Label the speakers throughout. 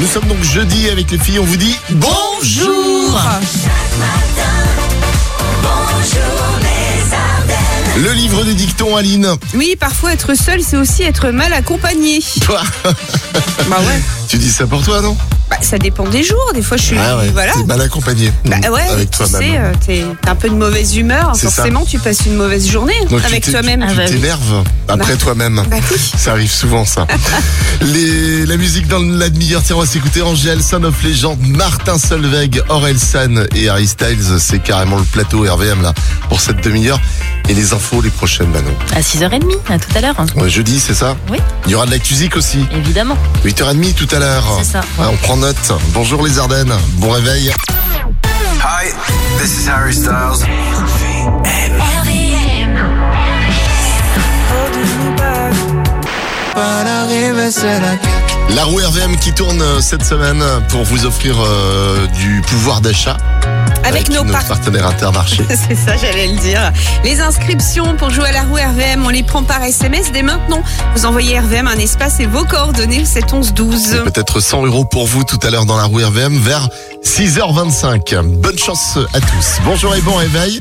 Speaker 1: Nous sommes donc jeudi avec les filles, on vous dit bonjour Le livre des dictons, Aline.
Speaker 2: Oui, parfois être seul, c'est aussi être mal accompagné.
Speaker 1: Toi,
Speaker 2: Bah ouais.
Speaker 1: tu dis ça pour toi, non
Speaker 2: Bah, ça dépend des jours. Des fois, je suis.
Speaker 1: Ah ouais,
Speaker 2: voilà.
Speaker 1: t'es mal accompagné
Speaker 2: Bah ouais,
Speaker 1: avec
Speaker 2: tu
Speaker 1: toi-même.
Speaker 2: sais, euh, t'es t'as un peu de mauvaise humeur.
Speaker 1: C'est ça.
Speaker 2: Forcément, tu passes une mauvaise journée
Speaker 1: Donc tu
Speaker 2: avec
Speaker 1: t'es-
Speaker 2: toi-même. ah
Speaker 1: Tu t'énerves après toi-même.
Speaker 2: Bah oui.
Speaker 1: Ça arrive souvent, ça. Les- la musique dans la demi-heure, tiens, on va s'écouter Angèle, Son of Legend, Martin Solveig, Orelsan et Harry Styles. C'est carrément le plateau RVM, là, pour cette demi-heure. Et les infos, les prochaines, Manon.
Speaker 3: À 6h30, à tout à l'heure, hein.
Speaker 1: Ouais, jeudi, c'est ça
Speaker 3: Oui.
Speaker 1: Il y aura de la musique aussi.
Speaker 3: évidemment.
Speaker 1: 8h30 tout à l'heure.
Speaker 3: C'est ça.
Speaker 1: Ouais, on prend note. Bonjour les Ardennes. Bon réveil.
Speaker 4: Hi, this is Harry Styles.
Speaker 1: La roue RVM qui tourne euh, cette semaine pour vous offrir euh, du pouvoir d'achat
Speaker 2: Avec nos
Speaker 1: notre
Speaker 2: partenaires.
Speaker 1: partenaire Intermarché.
Speaker 2: C'est ça, j'allais le dire. Les inscriptions pour jouer à la roue RVM, on les prend par SMS dès maintenant. Vous envoyez RVM un espace et vos coordonnées, le 7 11 12.
Speaker 1: Peut-être 100 euros pour vous tout à l'heure dans la roue RVM vers 6h25. Bonne chance à tous. Bonjour et bon réveil.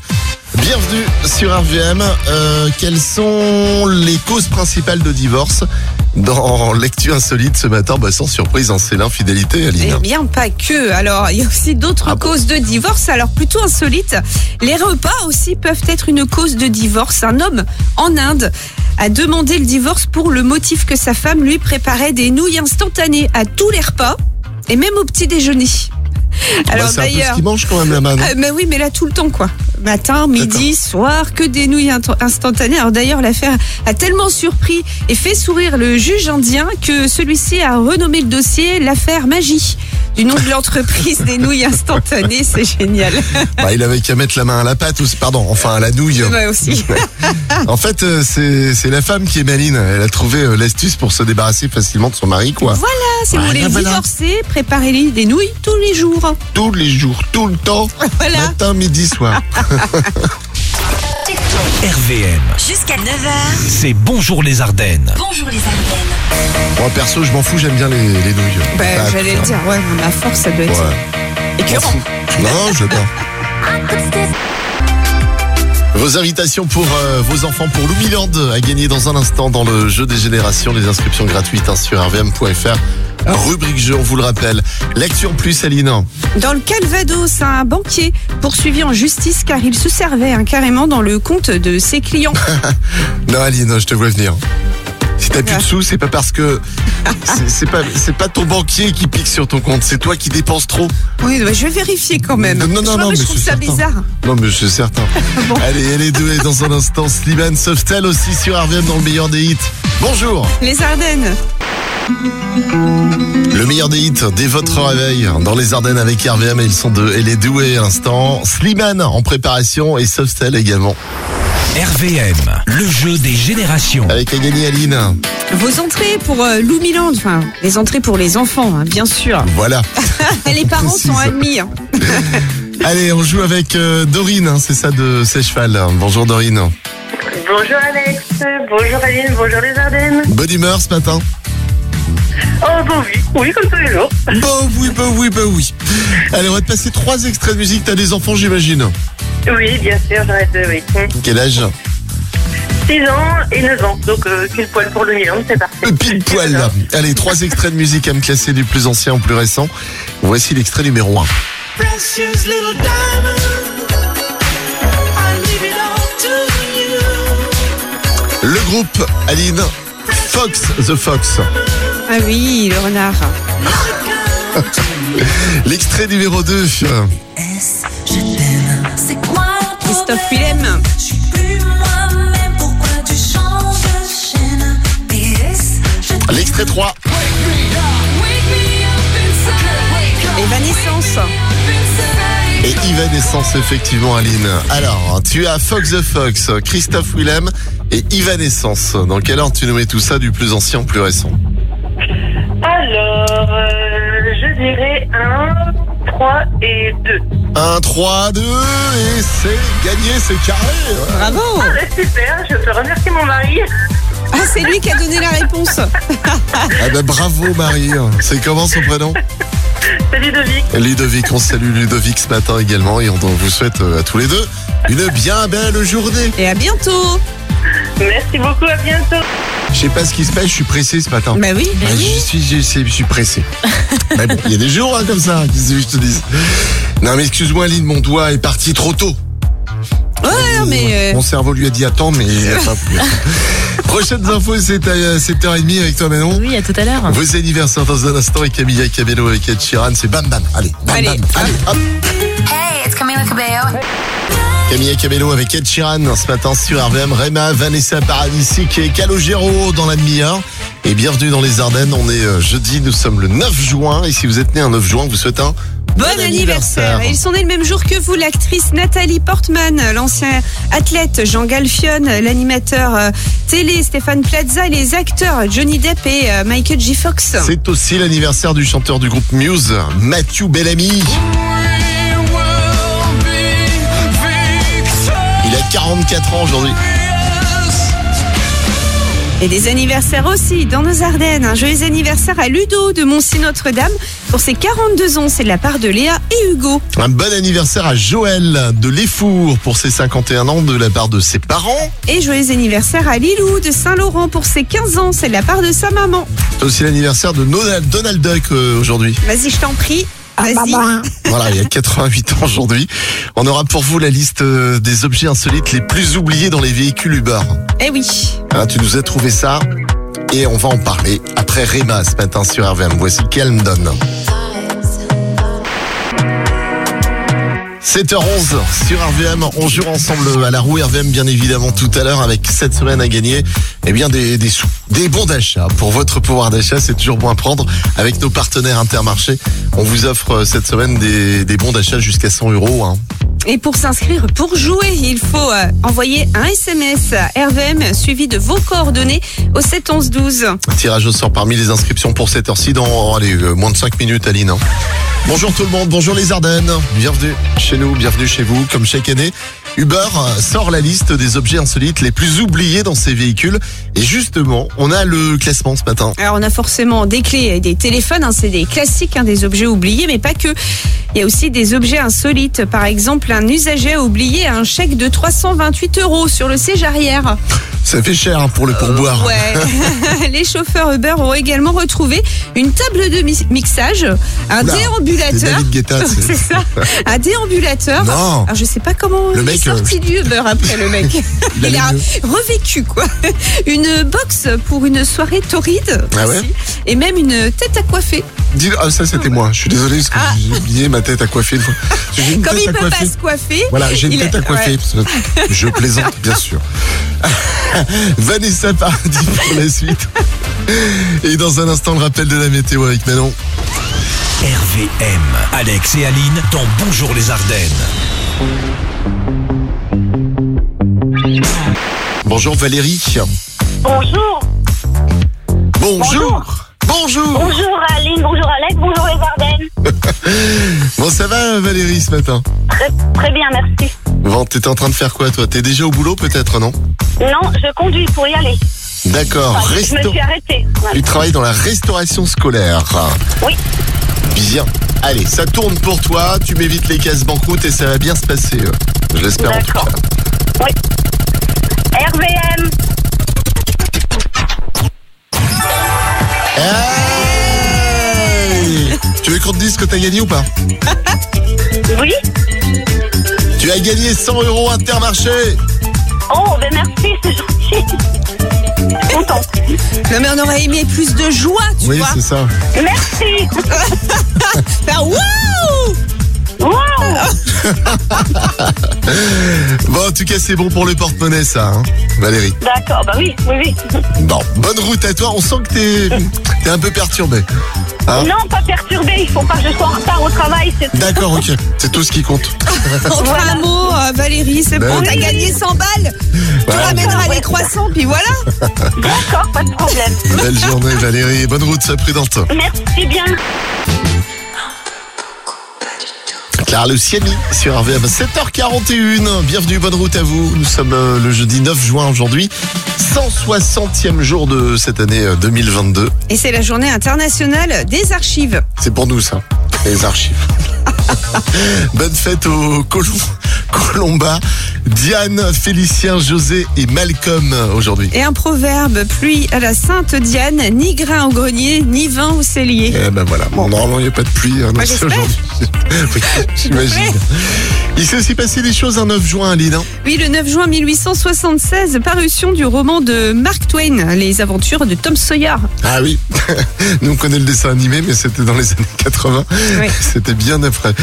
Speaker 1: Bienvenue sur RVM. Euh, quelles sont les causes principales de divorce dans l'actu insolite ce matin bah, Sans surprise, hein, c'est l'infidélité, Aline. Bah,
Speaker 2: Eh bien, pas que. Alors, il y a aussi d'autres
Speaker 1: Ah bon
Speaker 2: causes de divorce, alors plutôt insolites. Les repas aussi peuvent être une cause de divorce. Un homme en Inde a demandé le divorce pour le motif que sa femme lui préparait des nouilles instantanées à tous les repas et même au petit déjeuner.
Speaker 1: Bah,
Speaker 2: Alors
Speaker 1: c'est un peu ce
Speaker 2: d'ailleurs,
Speaker 1: qu'ils mangent quand même la manne.
Speaker 2: euh, bah oui, mais là tout le temps quoi. Matin, midi, soir, que des nouilles int- instantanées. Alors d'ailleurs, l'affaire a tellement surpris et fait sourire le juge indien que celui-ci a renommé le dossier l'affaire Magie. Du nom de l'entreprise des nouilles instantanées, c'est génial.
Speaker 1: Bah, il avait qu'à mettre la main à la pâte, ou c'est- pardon, enfin à la nouille.
Speaker 2: Moi Bah aussi. Ah,
Speaker 1: En fait, euh, c'est c'est la femme qui est maline. Elle a trouvé euh, l'astuce pour se débarrasser facilement de son mari, quoi.
Speaker 2: Voilà, si vous
Speaker 1: Voilà,
Speaker 2: voulez le
Speaker 1: bah voilà.
Speaker 2: divorcer, préparez-lui des nouilles tous les jours.
Speaker 1: Tous les jours, tout le temps,
Speaker 2: Voilà.
Speaker 1: matin, midi, soir.
Speaker 4: RVM,
Speaker 5: Jusqu'à 9h.
Speaker 4: c'est Bonjour les Ardennes.
Speaker 5: Bonjour les Ardennes.
Speaker 1: Moi, perso, je m'en fous, j'aime bien les, les nouilles.
Speaker 2: Ben,
Speaker 1: Ah,
Speaker 2: j'allais le
Speaker 1: putain.
Speaker 2: dire, ouais, mais à force, ça doit être
Speaker 1: Ouais. M'en
Speaker 2: écœurant.
Speaker 1: fous. Non, je pas. Vos invitations pour euh, vos enfants pour Loumiland à gagner dans un instant dans le jeu des générations. Les inscriptions gratuites hein, sur rvm.fr.
Speaker 2: Oh.
Speaker 1: Rubrique jeu, on vous le rappelle. L'actu en plus, Aline.
Speaker 2: Dans le Calvados, un banquier poursuivi en justice car il se servait hein, carrément dans le compte de ses clients.
Speaker 1: Non, Aline, je te vois venir. Si t'as plus de
Speaker 2: Ouais.
Speaker 1: sous, c'est pas parce que. c'est- C'est pas, c'est pas ton banquier qui pique sur ton compte, c'est toi qui dépenses trop.
Speaker 2: Oui, bah, je vais vérifier quand même.
Speaker 1: Non, non,
Speaker 2: Je-
Speaker 1: non, non,
Speaker 2: mais
Speaker 1: mais
Speaker 2: je trouve
Speaker 1: c'est
Speaker 2: ça
Speaker 1: certain.
Speaker 2: bizarre.
Speaker 1: Non, mais c'est certain.
Speaker 2: Bon.
Speaker 1: Allez, elle est douée dans un instant. Slimane Softel aussi sur RVM dans le meilleur des hits. Bonjour!
Speaker 2: Les Ardennes.
Speaker 1: Le meilleur des hits dès votre réveil dans les Ardennes avec RVM et ils sont de Elle est douée à l'instant. Slimane en préparation et Softel également.
Speaker 4: RVM, le jeu des générations.
Speaker 1: Avec Agani Aline.
Speaker 2: Vos entrées pour euh, Lou Milan, enfin, les entrées pour les enfants, hein, bien sûr.
Speaker 1: Voilà.
Speaker 2: les parents sont
Speaker 1: Précise.
Speaker 2: admis. hein.
Speaker 1: Allez, on joue avec euh, Dorine, hein, c'est ça de Sècheval. Bonjour Dorine.
Speaker 6: Bonjour Alex, bonjour Aline, bonjour les Ardennes.
Speaker 1: Bonne humeur ce matin.
Speaker 6: Oh bon oui, oui comme tous les jours.
Speaker 1: Bah oui, bah oui, bah oui. Allez, on va te passer trois extraits de musique. T'as des enfants, j'imagine.
Speaker 6: Oui bien sûr, j'arrête de oui.
Speaker 1: Quel âge
Speaker 6: 6 ans et 9 ans, donc euh, pile poil pour le Milan, c'est parfait.
Speaker 1: Euh, Pile poil. là. Allez, trois extraits de musique à me classer du plus ancien au plus récent. Voici l'extrait numéro 1.
Speaker 7: precious little diamond. I leave it all to you.
Speaker 1: Le groupe Aline Fox the Fox.
Speaker 2: Ah oui, le renard.
Speaker 1: L'extrait numéro 2.
Speaker 7: C'est quoi le
Speaker 2: Christophe Willem.
Speaker 7: Je suis plus moi-même. Pourquoi tu changes de chaîne? PS, je te
Speaker 1: L'extrait 3.
Speaker 7: wake me up inside.
Speaker 2: Évanescence.
Speaker 1: Et Evanescence, effectivement, Aline. Alors, tu as Fox the Fox, Christophe Willem et Evanescence. Dans quelle ordre tu nous mets tout ça du plus ancien au plus récent
Speaker 6: Alors, euh, je dirais 1, 3 et 2.
Speaker 1: 1, 3, 2, et c'est gagné, c'est carré.
Speaker 2: Bravo.
Speaker 6: super, je peux remercier mon mari.
Speaker 2: Ah, c'est lui qui a donné la réponse.
Speaker 1: Ah ben bravo Marie. C'est comment son prénom
Speaker 6: C'est Ludovic.
Speaker 1: Ludovic, on salue Ludovic ce matin également et on vous souhaite euh, à tous les deux une bien belle journée.
Speaker 2: Et à bientôt.
Speaker 6: Merci beaucoup, à bientôt.
Speaker 1: Je sais pas ce qui se passe, je suis pressé ce matin.
Speaker 2: Bah oui.
Speaker 1: Ah, Je suis, je, suis- je suis pressé. Mais bon, il y a des jours hein, comme ça, qu'est-ce que je te dis Non mais excuse-moi Lynn, mon doigt est parti trop tôt.
Speaker 2: Ouais, non, mais. euh,
Speaker 1: Mon cerveau lui a dit attends, mais il a pas pu. Prochaines infos, c'est à euh, 7h30 avec toi Manon.
Speaker 3: Oui, à tout à l'heure.
Speaker 1: Vos anniversaires dans un instant et Camilla Cabello et Ed Sheeran, c'est bam bam. Allez, bam
Speaker 2: Allez,
Speaker 1: bam. Allez, hop.
Speaker 7: Hey, it's Camila Cabello.
Speaker 1: Camilla Cabello avec Ed Sheeran ce matin sur RVM, Rema, Vanessa Paradisi qui est Calogero dans la demi-heure. Et bienvenue dans les Ardennes, on est euh, jeudi, nous sommes le 9 juin et si vous êtes né un 9 juin, on vous souhaite un
Speaker 2: Bon anniversaire. Ils sont nés le même jour que vous, l'actrice Nathalie Portman, l'ancien athlète Jean Galfion, l'animateur euh, télé Stéphane Plaza et les acteurs Johnny Depp et euh, Michael J. Fox.
Speaker 1: C'est aussi l'anniversaire du chanteur du groupe Muse, Mathieu Bellamy. Il a 44 ans aujourd'hui.
Speaker 2: Et des anniversaires aussi dans nos Ardennes. Un joyeux anniversaire à Ludo de Montsy Notre-Dame pour ses 42 ans. C'est de la part de Léa et Hugo.
Speaker 1: Un bon anniversaire à Joël de Lesfours pour ses 51 ans de la part de ses parents.
Speaker 2: Et joyeux anniversaire à Lilou de Saint-Laurent pour ses 15 ans. C'est de la part de sa maman.
Speaker 1: C'est aussi l'anniversaire de Donald Donald Duck euh, aujourd'hui.
Speaker 2: Vas-y, je t'en prie. Vas-y.
Speaker 1: Voilà, il y a 88 ans aujourd'hui. On aura pour vous la liste euh, des objets insolites les plus oubliés dans les véhicules Uber.
Speaker 2: Eh oui.
Speaker 1: Hein, tu nous as trouvé ça et on va en parler après Réma ce matin sur RVM. Voici Calmdon. 7h11 sur RVM, on joue ensemble à la roue RVM bien évidemment tout à l'heure avec cette semaine à gagner eh bien des, des sous, des bons d'achat. Pour votre pouvoir d'achat, c'est toujours bon à prendre avec nos partenaires Intermarché. On vous offre euh, cette semaine des, des bons d'achat jusqu'à 100 euros. hein.
Speaker 2: Et pour s'inscrire, pour jouer, il faut euh, envoyer un SMS à RVM suivi de vos coordonnées au 7 11 12.
Speaker 1: Tirage au sort parmi les inscriptions pour cette heure-ci dans allez, euh, moins de 5 minutes, Aline. hein. Bonjour tout le monde, bonjour les Ardennes, bienvenue chez nous, bienvenue chez vous. Comme chaque année, Uber euh, sort la liste des objets insolites les plus oubliés dans ces véhicules. Et justement, on a le classement ce matin.
Speaker 2: Alors on a forcément des clés et des téléphones, hein, c'est des classiques, hein, des objets oubliés, mais pas que. Il y a aussi des objets insolites. Par exemple, un usager a oublié un chèque de 328 euros sur le siège arrière.
Speaker 1: Ça fait cher hein, pour le pourboire.
Speaker 2: Euh, Ouais. Les chauffeurs Uber ont également retrouvé une table de mi- mixage, un
Speaker 1: Oula, c'est
Speaker 2: déambulateur.
Speaker 1: David Guetta, c'est-
Speaker 2: C'est ça, un déambulateur.
Speaker 1: Non.
Speaker 2: Alors, je sais pas comment
Speaker 1: Le
Speaker 2: il
Speaker 1: mec, euh,
Speaker 2: est sorti du Uber après le mec.
Speaker 1: Il allait
Speaker 2: a
Speaker 1: mieux.
Speaker 2: revécu quoi. Une box pour une soirée torride.
Speaker 1: Ah ouais
Speaker 2: aussi. Et même une tête à coiffer.
Speaker 1: Dis- ah, ça c'était moi, je suis désolé parce que
Speaker 2: Ah.
Speaker 1: j'ai oublié ma tête à coiffer. une fois. J'ai une
Speaker 2: Comme
Speaker 1: tête
Speaker 2: il
Speaker 1: à
Speaker 2: peut pas
Speaker 1: coiffer.
Speaker 2: se coiffer.
Speaker 1: Voilà, j'ai une
Speaker 2: il
Speaker 1: tête
Speaker 2: est-
Speaker 1: à coiffer.
Speaker 2: ouais.
Speaker 1: parce que Je plaisante, bien sûr. Vanessa Paradis pour la suite. Et dans un instant, le rappel de la météo avec Manon.
Speaker 4: RVM. Alex et Aline dans Bonjour les Ardennes.
Speaker 1: Bonjour Valérie.
Speaker 6: Bonjour.
Speaker 1: Bonjour. Bonjour.
Speaker 6: Bonjour Aline, bonjour Alex, bonjour les Ardennes.
Speaker 1: Bon, ça va Valérie ce matin
Speaker 6: Très, très bien, merci.
Speaker 1: Bon, t'étais en train de faire quoi toi T'es déjà au boulot peut-être, non
Speaker 6: Non, je conduis pour y aller.
Speaker 1: D'accord.
Speaker 6: Enfin, je me
Speaker 1: Resto.
Speaker 6: suis arrêtée. Voilà.
Speaker 1: Tu travailles dans la restauration scolaire.
Speaker 6: Oui.
Speaker 1: Bien. Allez, ça tourne pour toi. Tu m'évites les cases banqueroutes et ça va bien se passer. euh. Je l'espère en tout
Speaker 6: D'accord.
Speaker 1: cas.
Speaker 6: Oui. RVM.
Speaker 1: Hey tu veux qu'on te dise ce que t'as gagné ou pas
Speaker 6: Oui.
Speaker 1: Tu as gagné 100 euros Intermarché
Speaker 6: Oh, ben merci, c'est gentil. Contente.
Speaker 2: Non mais on aurait aimé plus de joie, tu vois.
Speaker 1: ça.
Speaker 6: Merci.
Speaker 2: Faire wouh
Speaker 6: Wow.
Speaker 1: Bon, en tout cas, c'est bon pour le porte-monnaie, ça, hein, Valérie.
Speaker 6: D'accord, bah oui, oui, oui.
Speaker 1: Bon, bonne route à toi. On sent que t'es t'es un peu perturbé. Hein
Speaker 6: Non, pas perturbé, il faut pas que je sois en retard au travail, c'est tout.
Speaker 1: D'accord, ok. C'est tout ce qui compte.
Speaker 2: Entre un mot, euh, Valérie, c'est
Speaker 1: Ben
Speaker 2: bon,
Speaker 1: oui.
Speaker 2: t'as gagné 100 balles. Tu
Speaker 1: Voilà.
Speaker 2: ramèneras les croissants, puis voilà.
Speaker 6: D'accord, pas de problème.
Speaker 1: Belle journée, Valérie. Bonne route, sois prudente.
Speaker 6: Merci bien.
Speaker 1: Carl Siani sur RVM 7h41. Bienvenue, bonne route à vous. Nous sommes euh, le jeudi 9 juin aujourd'hui, 160e jour de cette année euh, 2022.
Speaker 2: Et c'est la journée internationale des archives.
Speaker 1: C'est pour nous ça, les archives. bonne fête aux Colom- Colomba, Diane, Félicien, José et Malcolm euh, aujourd'hui.
Speaker 2: Et un proverbe, pluie à la Sainte Diane, ni grain au grenier, ni vin au cellier.
Speaker 1: Eh ben voilà, bon, normalement il n'y a pas de pluie hein, dans
Speaker 2: Bah,
Speaker 1: ce
Speaker 2: j'espère.
Speaker 1: aujourd'hui. Oui, J'imagine. Il s'est aussi passé des choses un 9 juin à Lille. hein.
Speaker 2: Oui, le 9 juin 1876, parution du roman de Mark Twain, Les aventures de Tom Sawyer.
Speaker 1: Ah oui, nous on connaît le dessin animé, mais c'était dans les années 80.
Speaker 2: Oui.
Speaker 1: C'était bien après.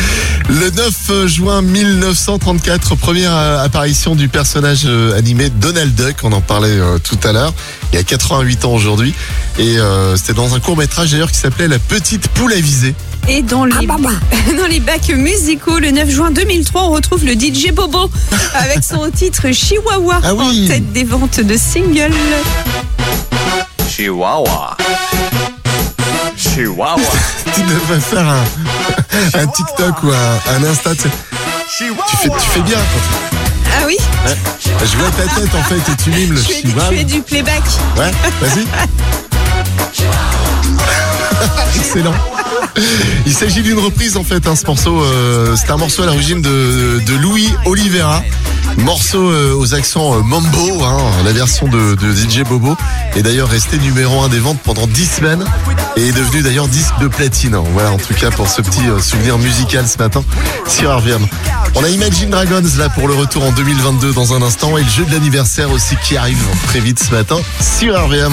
Speaker 1: Le 9 juin 1934, première euh, apparition du personnage euh, animé Donald Duck, on en parlait euh, tout à l'heure, il y a 88 ans aujourd'hui. Et euh, c'était dans un court métrage d'ailleurs qui s'appelait La petite poule avisée.
Speaker 2: Et dans les,
Speaker 1: Ah,
Speaker 2: dans les bacs musicaux, le 9 juin 2003, on retrouve le DJ Bobo avec son titre Chihuahua
Speaker 1: Ah oui.
Speaker 2: en tête des ventes de singles.
Speaker 8: Chihuahua. Chihuahua.
Speaker 1: Tu devrais faire un, un TikTok ou un, un Insta. Tu,
Speaker 8: Chihuahua.
Speaker 1: tu fais, tu fais bien.
Speaker 2: Ah oui,
Speaker 1: Je vois ta tête en fait et tu mimes le
Speaker 2: tu es,
Speaker 1: chihuahua.
Speaker 2: tu es du playback.
Speaker 1: Ouais, vas-y. Excellent. Il s'agit d'une reprise en fait, hein, ce morceau. euh, c'est un morceau à l'origine de, de Louis Oliveira. Morceau euh, aux accents euh, mambo, hein, la version de, de DJ Bobo, est d'ailleurs resté numéro un des ventes pendant 10 semaines et est devenu d'ailleurs disque de platine. hein. Voilà, en tout cas pour ce petit euh, souvenir musical ce matin sur RVM. On a Imagine Dragons là pour le retour en 2022 dans un instant et le jeu de l'anniversaire aussi qui arrive très vite ce matin sur RVM.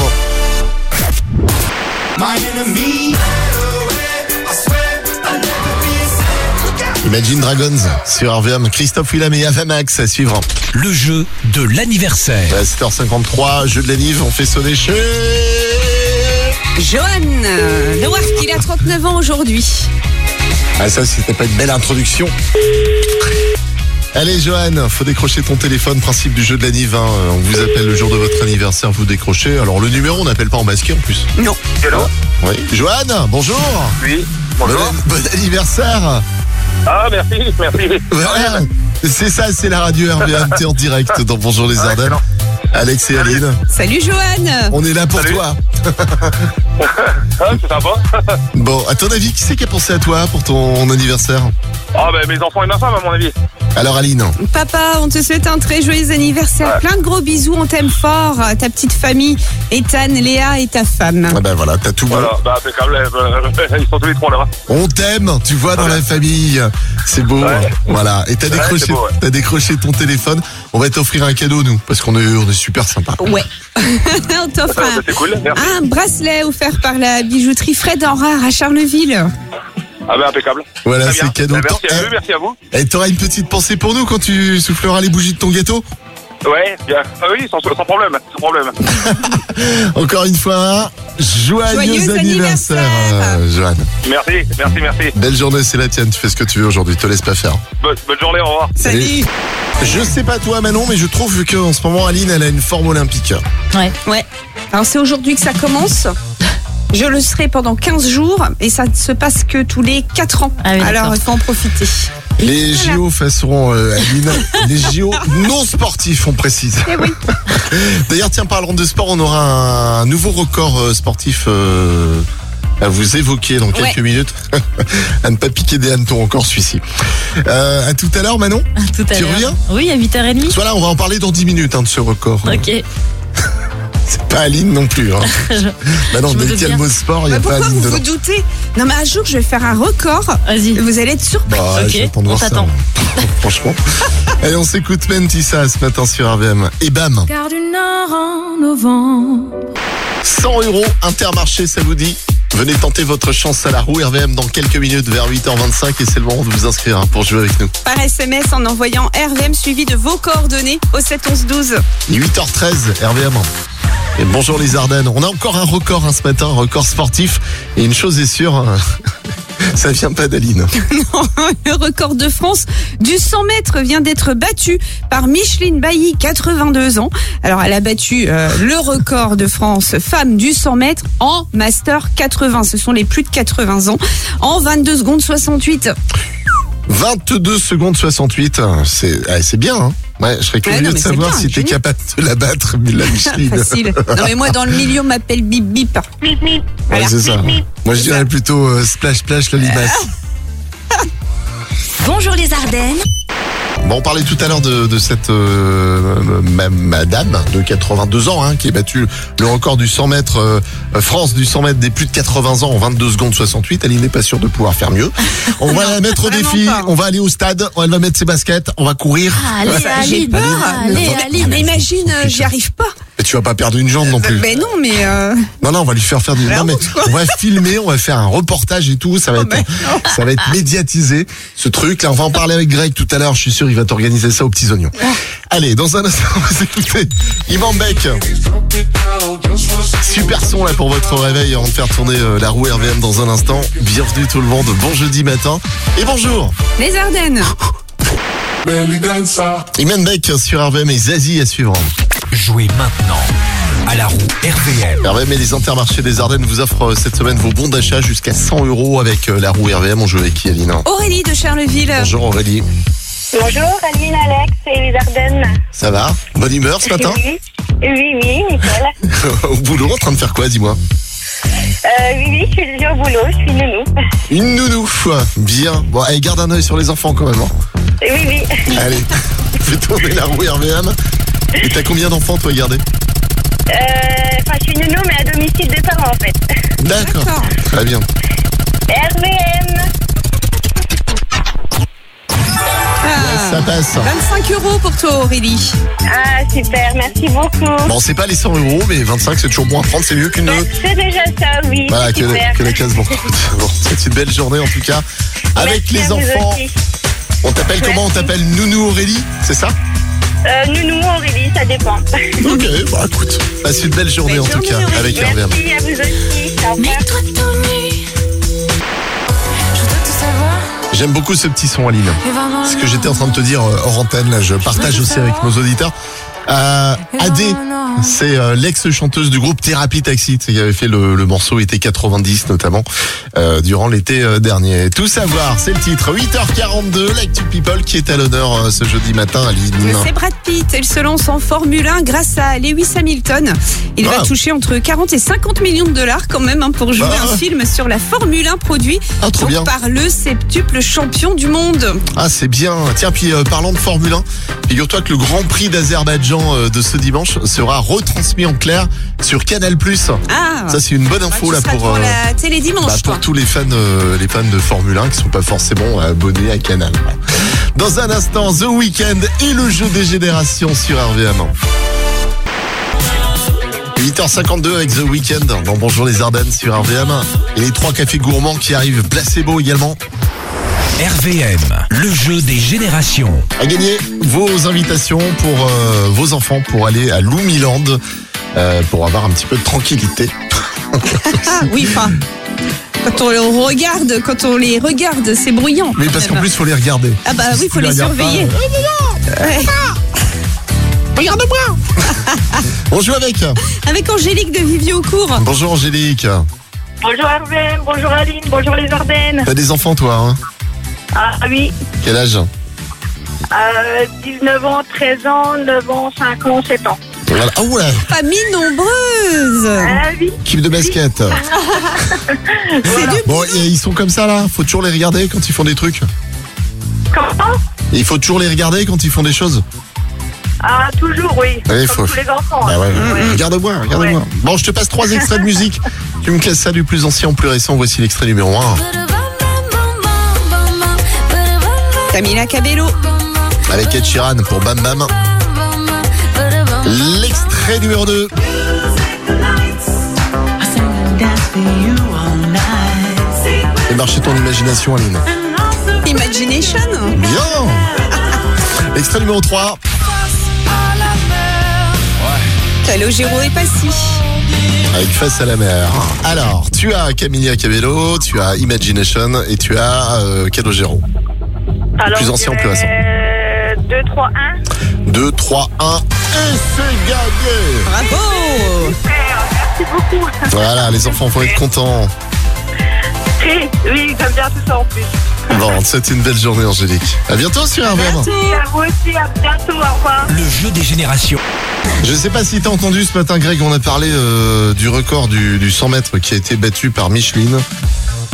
Speaker 1: Imagine Dragons sur RVM, Christophe Willem et Avamax à suivre.
Speaker 4: Le jeu de l'anniversaire.
Speaker 1: À 7h53, jeu de la Nive, on fait sonner chez...
Speaker 2: Johan euh, Noir, il a 39 ans aujourd'hui.
Speaker 1: Ah ça, c'était pas une belle introduction. Allez Johan, faut décrocher ton téléphone, principe du jeu de la Nive. hein. On vous appelle le jour de votre anniversaire, vous décrochez. Alors le numéro, on n'appelle pas en masqué en plus.
Speaker 2: Non.
Speaker 6: Hello
Speaker 1: Oui. Johan, bonjour
Speaker 6: Oui,
Speaker 1: Bon,
Speaker 6: bonjour.
Speaker 1: bon anniversaire
Speaker 6: Ah, merci, merci.
Speaker 1: Voilà. C'est ça, c'est la radio RVM, t'es en direct dans Bonjour les Ardennes.
Speaker 6: Ah, excellent.
Speaker 1: Alex et Aline,
Speaker 2: Salut Johan
Speaker 1: on est là pour
Speaker 6: Salut.
Speaker 1: toi.
Speaker 6: Ah, c'est sympa.
Speaker 1: Bon, à ton avis, qui c'est qui a pensé à toi pour ton anniversaire
Speaker 6: Ah, ben mes enfants et ma femme, à mon avis.
Speaker 1: Alors Aline,
Speaker 2: Papa, on te souhaite un très joyeux anniversaire. Plein de gros bisous, on t'aime fort. euh, Ta petite famille, Ethan, Léa et ta femme.
Speaker 1: ah ben voilà, t'as tout bon.
Speaker 6: Voilà, bah, impeccable. euh, euh, Ils sont tous les trois là-bas.
Speaker 1: On t'aime, tu vois dans la famille. C'est beau.
Speaker 6: Ouais.
Speaker 1: Voilà. Et t'as
Speaker 6: Ouais,
Speaker 1: décroché,
Speaker 6: c'est beau, ouais.
Speaker 1: t'as décroché ton téléphone. On va t'offrir un cadeau nous, parce qu'on est, on est super sympa.
Speaker 6: Oh,
Speaker 2: Ouais. on t'offre
Speaker 6: Ah, bah,
Speaker 2: un,
Speaker 6: c'est cool, merci.
Speaker 2: un bracelet offert par la bijouterie Fred Enrard à Charleville.
Speaker 6: Ah, ben impeccable.
Speaker 1: Voilà,
Speaker 6: Très bien.
Speaker 1: c'est cadeau.
Speaker 6: Bah, Merci
Speaker 1: T'en-
Speaker 6: à eux, merci à vous.
Speaker 1: Eh, eh, t'auras une petite pensée pour nous quand tu souffleras les bougies de ton gâteau.
Speaker 6: Ouais, bien. Ah oui, sans, sans problème, sans problème.
Speaker 1: Encore une fois, joyeux,
Speaker 2: Joyeux
Speaker 1: anniversaire,
Speaker 2: anniversaire.
Speaker 1: euh, Johan.
Speaker 6: Merci, merci, merci.
Speaker 1: Belle journée, c'est la tienne. Tu fais ce que tu veux aujourd'hui. Te laisse pas faire.
Speaker 6: Bonne, bonne journée, au revoir.
Speaker 1: Salut. Je sais pas toi Manon, mais je trouve que en ce moment Aline, elle a une forme olympique.
Speaker 3: Ouais.
Speaker 2: Ouais. Alors c'est aujourd'hui que ça commence. Je le serai pendant 15 jours et ça ne se passe que tous les 4 ans.
Speaker 3: Ah oui, d'accord.
Speaker 2: Alors il faut en profiter. Bah,
Speaker 1: Les JO façon euh, Aline, les JO non sportifs, on précise.
Speaker 2: Eh oui.
Speaker 1: D'ailleurs, tiens, parlant de sport, on aura un nouveau record euh, sportif euh, à vous évoquer dans quelques minutes. à ne pas piquer des hannetons encore celui-ci. Euh, à tout à l'heure, Manon.
Speaker 3: Tout à
Speaker 1: Tu
Speaker 3: l'heure.
Speaker 1: reviens
Speaker 3: Oui, à 8h30.
Speaker 1: Soit là, on va en parler dans 10 minutes hein, de ce record.
Speaker 3: Ok.
Speaker 1: C'est pas Aline non plus. Hein. Manon,
Speaker 3: je me
Speaker 1: dès qu'il y a le
Speaker 3: doute
Speaker 1: mot sport, il n'y
Speaker 2: Bah,
Speaker 1: a pas
Speaker 2: pourquoi
Speaker 1: Aline
Speaker 2: vous
Speaker 1: dedans.
Speaker 2: vous doutez Non mais un jour je vais faire un record.
Speaker 3: Vas-y.
Speaker 2: Vous allez être surpris.
Speaker 1: Bah,
Speaker 3: Ok,
Speaker 1: j'attends de
Speaker 3: on
Speaker 1: voir ça. hein.
Speaker 3: t'attend.
Speaker 1: Franchement. Allez, on s'écoute Mentissa ce matin sur RVM. Et bam
Speaker 7: Car du Nord en novembre.
Speaker 1: 100 euros Intermarché, ça vous dit Venez tenter votre chance à la roue RVM dans quelques minutes vers 8h25 et c'est le moment de vous inscrire hein, pour jouer avec nous.
Speaker 2: Par SMS en envoyant RVM suivi de vos coordonnées au 7 11 12.
Speaker 1: Et 8h13 RVM. Et bonjour les Ardennes. On a encore un record hein, ce matin, un record sportif. Et une chose est sûre, hein, ça vient pas d'Aline.
Speaker 2: Le record de France du 100 mètres vient d'être battu par Micheline Bailly, 82 ans. Alors, elle a battu euh, le record de France femme du 100 mètres en Ah, Master 80. Ce sont les plus de 80 ans en 22 secondes 68.
Speaker 1: 22 secondes 68. C'est ah, c'est bien, hein Ouais, je serais curieux
Speaker 2: non,
Speaker 1: de
Speaker 2: mais c'est
Speaker 1: savoir
Speaker 2: bien,
Speaker 1: si t'es
Speaker 2: génial.
Speaker 1: capable de la battre, Mila Micheline.
Speaker 2: Facile. Non, mais moi, dans le milieu, on m'appelle Bip Bip.
Speaker 6: Mip, mip.
Speaker 1: Ouais, c'est ça.
Speaker 6: Mip, mip.
Speaker 1: Moi, je dirais plutôt euh, splash, splash, lolibass.
Speaker 2: Ah.
Speaker 5: Bonjour les Ardennes.
Speaker 1: Bon, on parlait tout à l'heure de, de cette euh, ma- madame de 82 ans hein, qui a battu le record du 100 mètres euh, France du 100 mètres des plus de 80 ans en 22 secondes 68. Elle n'est pas sûre de pouvoir faire mieux. On va la mettre au
Speaker 2: vraiment
Speaker 1: défi.
Speaker 2: pas.
Speaker 1: On va aller au stade. Elle va mettre ses baskets. On va courir.
Speaker 3: Allez, Aline, allez,
Speaker 2: Ah,
Speaker 3: Aline.
Speaker 2: mais imagine, euh, j'y arrive pas.
Speaker 1: Et tu vas pas perdre une jambe non plus.
Speaker 2: Mais non, mais. euh,
Speaker 1: Non, non, on va lui faire faire du. Non, mais on va filmer, on va faire un reportage et tout. Ça va être, ça va être médiatisé, ce truc. Là, on va en parler avec Greg tout à l'heure. Je suis sûr, il va t'organiser ça aux petits oignons. Allez, dans un instant, on va s'écouter Yvan Beck. Super son là pour votre réveil avant de faire tourner euh, la roue RVM dans un instant. Bienvenue tout le monde. Bon jeudi matin et bonjour.
Speaker 2: Les Ardennes.
Speaker 1: Iman Beck sur RVM et Zazie à suivre.
Speaker 4: Jouez maintenant à la roue RVM.
Speaker 1: RVM et les intermarchés des Ardennes vous offrent euh, cette semaine vos bons d'achat jusqu'à 100 euros avec euh, la roue RVM. On joue avec qui, Aline
Speaker 2: Aurélie de Charleville.
Speaker 1: Bonjour Aurélie.
Speaker 6: Bonjour, Aline, Alex et les Ardennes.
Speaker 1: Ça va Bonne humeur ce matin
Speaker 6: Oui, oui, oui, nickel.
Speaker 1: Au boulot, en train de faire quoi, dis-moi
Speaker 6: Euh, oui, oui, je suis déjà au boulot, je suis nounou.
Speaker 1: Une nounou Bien Bon, allez, garde un œil sur les enfants quand même. hein.
Speaker 6: Oui, oui.
Speaker 1: Allez, fais tourner la roue RVM. Et t'as combien d'enfants, toi, garder
Speaker 6: Euh, Enfin, je suis nounou, mais à domicile des parents, en fait.
Speaker 1: D'accord.
Speaker 2: D'accord.
Speaker 1: Très bien.
Speaker 6: RVM.
Speaker 2: Ah,
Speaker 1: Ça passe.
Speaker 6: Bah,
Speaker 2: 25 euros pour toi, Aurélie.
Speaker 6: Ah, super, merci beaucoup.
Speaker 1: Bon, c'est pas les 100 euros, mais 25, c'est toujours bon à prendre, c'est mieux qu'une...
Speaker 6: Bah, C'est déjà ça, oui.
Speaker 1: Voilà, que,
Speaker 6: super.
Speaker 1: que la case bon. Bon, C'est une belle journée, en tout cas. Avec
Speaker 6: Merci à
Speaker 1: les
Speaker 6: vous
Speaker 1: enfants.
Speaker 6: aussi.
Speaker 1: On t'appelle comment On t'appelle Nounou Aurélie, c'est ça
Speaker 6: Euh, nounou, Aurélie, ça dépend.
Speaker 1: Ok, bah écoute, passe une belle journée,
Speaker 2: Belle
Speaker 1: en tout
Speaker 2: journée,
Speaker 1: cas, avec
Speaker 2: Aurélie.
Speaker 1: RVM.
Speaker 6: Merci à vous aussi. Au revoir.
Speaker 7: Mets-toi tout nu. Je dois tout savoir.
Speaker 1: J'aime beaucoup ce petit son, Aline.
Speaker 7: Mais vraiment.
Speaker 1: ce que j'étais en train de te dire euh, hors antenne, là, je partage aussi avec nos auditeurs. Euh, Adé, c'est euh, l'ex-chanteuse du groupe Thérapie Taxi, tu sais, qui avait fait le, le morceau été 90 notamment, euh, durant l'été euh, dernier. Tout savoir, c'est le titre. 8h42, l'actu people qui est à l'honneur euh, ce jeudi matin à Lille.
Speaker 2: C'est Brad Pitt. Il se lance en Formule 1 grâce à Lewis Hamilton. Il va
Speaker 1: Wow.
Speaker 2: toucher entre 40 et 50 millions de dollars quand même hein, pour jouer
Speaker 1: Bah,
Speaker 2: un
Speaker 1: ouais.
Speaker 2: film sur la Formule 1 produit
Speaker 1: Ah, trop
Speaker 2: donc
Speaker 1: bien.
Speaker 2: par le septuple champion du monde.
Speaker 1: Ah, c'est bien. Tiens, puis euh, parlant de Formule 1, figure-toi que le Grand Prix d'Azerbaïdjan euh, de ce dimanche sera retransmis en clair sur Canal+.
Speaker 2: Ah,
Speaker 1: Ça, c'est une bonne
Speaker 2: Ouais,
Speaker 1: info
Speaker 2: tu
Speaker 1: là
Speaker 2: seras
Speaker 1: pour...
Speaker 2: devant
Speaker 1: euh,
Speaker 2: la hein. télé dimanche.
Speaker 1: Bah, pour
Speaker 2: toi.
Speaker 1: tous les fans, euh, les fans de Formule 1 qui sont pas forcément abonnés à Canal. Dans un instant, The Weekend et le jeu des générations sur RVM. 8h52 avec The Weekend dans Bonjour les Ardennes sur RVM. Et les trois cafés gourmands qui arrivent, placebo également,
Speaker 4: RVM, le jeu des générations.
Speaker 1: à gagner vos invitations pour euh, vos enfants pour aller à Loumiland euh, pour avoir un petit peu de tranquillité.
Speaker 2: Ah oui, enfin. Quand on les regarde, quand on les regarde, c'est bruyant.
Speaker 1: Mais parce qu'en plus, faut les regarder.
Speaker 2: Eh Ah bah oui,
Speaker 1: Si
Speaker 2: faut
Speaker 1: tu
Speaker 2: les
Speaker 1: regardes pas,
Speaker 2: surveiller. Ouais.
Speaker 1: On joue avec.
Speaker 2: Avec Angélique de Viviocourt.
Speaker 1: Bonjour Angélique.
Speaker 6: Bonjour Arvem, bonjour Aline, bonjour les Ardennes.
Speaker 1: T'as des enfants toi, hein
Speaker 6: Ah oui,
Speaker 1: Quel âge
Speaker 6: euh, 19 ans, 13 ans, 9 ans, 5 ans, 7 ans.
Speaker 1: Voilà. Ah ouais,
Speaker 2: Famille nombreuse.
Speaker 6: Ah oui,
Speaker 1: équipe de basket.
Speaker 2: C'est du
Speaker 1: Bon, et ils sont comme ça là. Faut toujours les regarder quand ils font des trucs.
Speaker 6: comment
Speaker 1: Et il faut toujours les regarder quand ils font des choses.
Speaker 6: Ah toujours oui,
Speaker 1: Oui,
Speaker 6: comme
Speaker 1: faut-
Speaker 6: tous les enfants. hein.
Speaker 1: Bah ouais.
Speaker 6: Oui.
Speaker 1: Regarde-moi, regarde-moi. Bon, je te passe trois extraits de musique. Tu me classes ça du plus ancien au plus récent. Voici l'extrait numéro 1
Speaker 2: Camila Cabello.
Speaker 1: avec Ed Sheeran pour Bam Bam. L'extrait numéro 2 Et marcher ton imagination, Aline.
Speaker 2: Imagination.
Speaker 1: Bien. Extrait numéro 3
Speaker 2: Calogero est passé.
Speaker 1: avec Face à la mer. Alors, tu as Camilla Cabello, tu as Imagination et tu as euh, Calogero.
Speaker 6: Alors, euh,
Speaker 1: plus ancien, plus hein, récent.
Speaker 6: 2, 3, 1.
Speaker 1: 2, 3, 1. Et c'est gagné
Speaker 2: Bravo.
Speaker 6: Merci beaucoup.
Speaker 1: Voilà, les enfants vont être contents.
Speaker 6: Oui, oui, j'aime bien tout ça en plus.
Speaker 1: Bon, c'est une belle journée, Angélique. À bientôt sur RVM.
Speaker 6: À vous aussi, à bientôt, au revoir.
Speaker 4: Le jeu des générations.
Speaker 1: Je sais pas si t'as entendu ce matin, Greg, on a parlé euh, du record du, du 100 mètres qui a été battu par Micheline.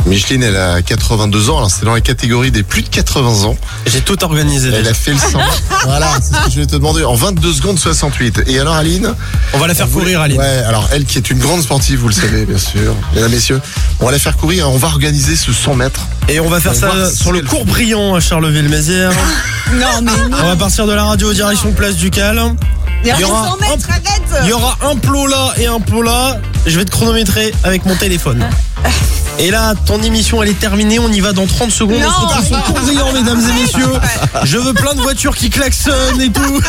Speaker 1: Micheline, elle a 82 ans. Alors, c'est dans la catégorie des plus de 80 ans.
Speaker 8: J'ai tout organisé.
Speaker 1: Elle
Speaker 8: déjà.
Speaker 1: a fait le 100. voilà, c'est ce que je vais te demander. En 22 secondes 68. Et alors, Aline
Speaker 8: On va la faire courir, Aline.
Speaker 1: Ah Ouais, alors elle qui est une grande sportive, vous le savez, bien sûr. Mesdames, messieurs, on va la faire courir. On va organiser ce 100 mètres.
Speaker 8: Et on va faire
Speaker 1: On
Speaker 8: ça
Speaker 1: va voir si
Speaker 8: sur le
Speaker 1: elle-
Speaker 8: cours brillant à Charleville-Mézières.
Speaker 2: Non,
Speaker 1: Ah.
Speaker 2: mais non.
Speaker 8: on va partir de la radio direction Place du Cal. Ah. Il y aura
Speaker 2: 100 mètres,
Speaker 8: Il
Speaker 2: arrête
Speaker 8: y aura un plot là et un plot là. Je vais te chronométrer avec mon téléphone. Et là, ton émission, elle est terminée. On y va dans 30 secondes.
Speaker 2: Non.
Speaker 8: on se retrouve sur le cours brillant, mesdames et messieurs. Je veux plein de voitures qui klaxonnent et tout.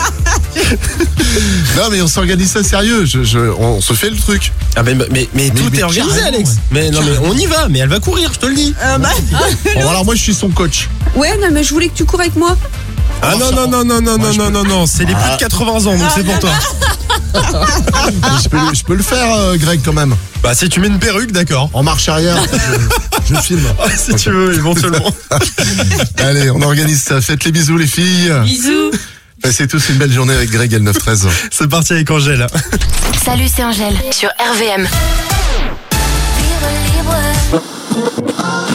Speaker 1: Non, mais on s'organise ça sérieux. Je, je- on se fait le truc.
Speaker 8: Ah, mais, mais, mais, tout
Speaker 1: mais
Speaker 8: est organisé,
Speaker 1: carrément,
Speaker 8: Alex.
Speaker 1: ouais.
Speaker 8: Mais non, mais on y va. Mais elle va courir, je te le dis.
Speaker 1: Bon, alors moi, je suis son coach.
Speaker 2: Ouais, non, mais je voulais que tu cours avec moi.
Speaker 8: Ah non, non, non, non, non, non, non, non, non. C'est les plus de 80 ans, donc c'est pour toi.
Speaker 1: Je peux, je peux le faire, euh, Greg, quand même.
Speaker 8: Bah, si tu mets une perruque, d'accord.
Speaker 1: En marche arrière, je, je filme.
Speaker 8: si tu veux, éventuellement.
Speaker 1: Allez, on organise ça. Faites les bisous, les filles.
Speaker 2: Bisous.
Speaker 1: Passez tous une belle journée avec Greg, l 913.
Speaker 8: C'est parti avec Angèle.
Speaker 9: Salut, c'est Angèle sur RVM.
Speaker 7: libre, libre.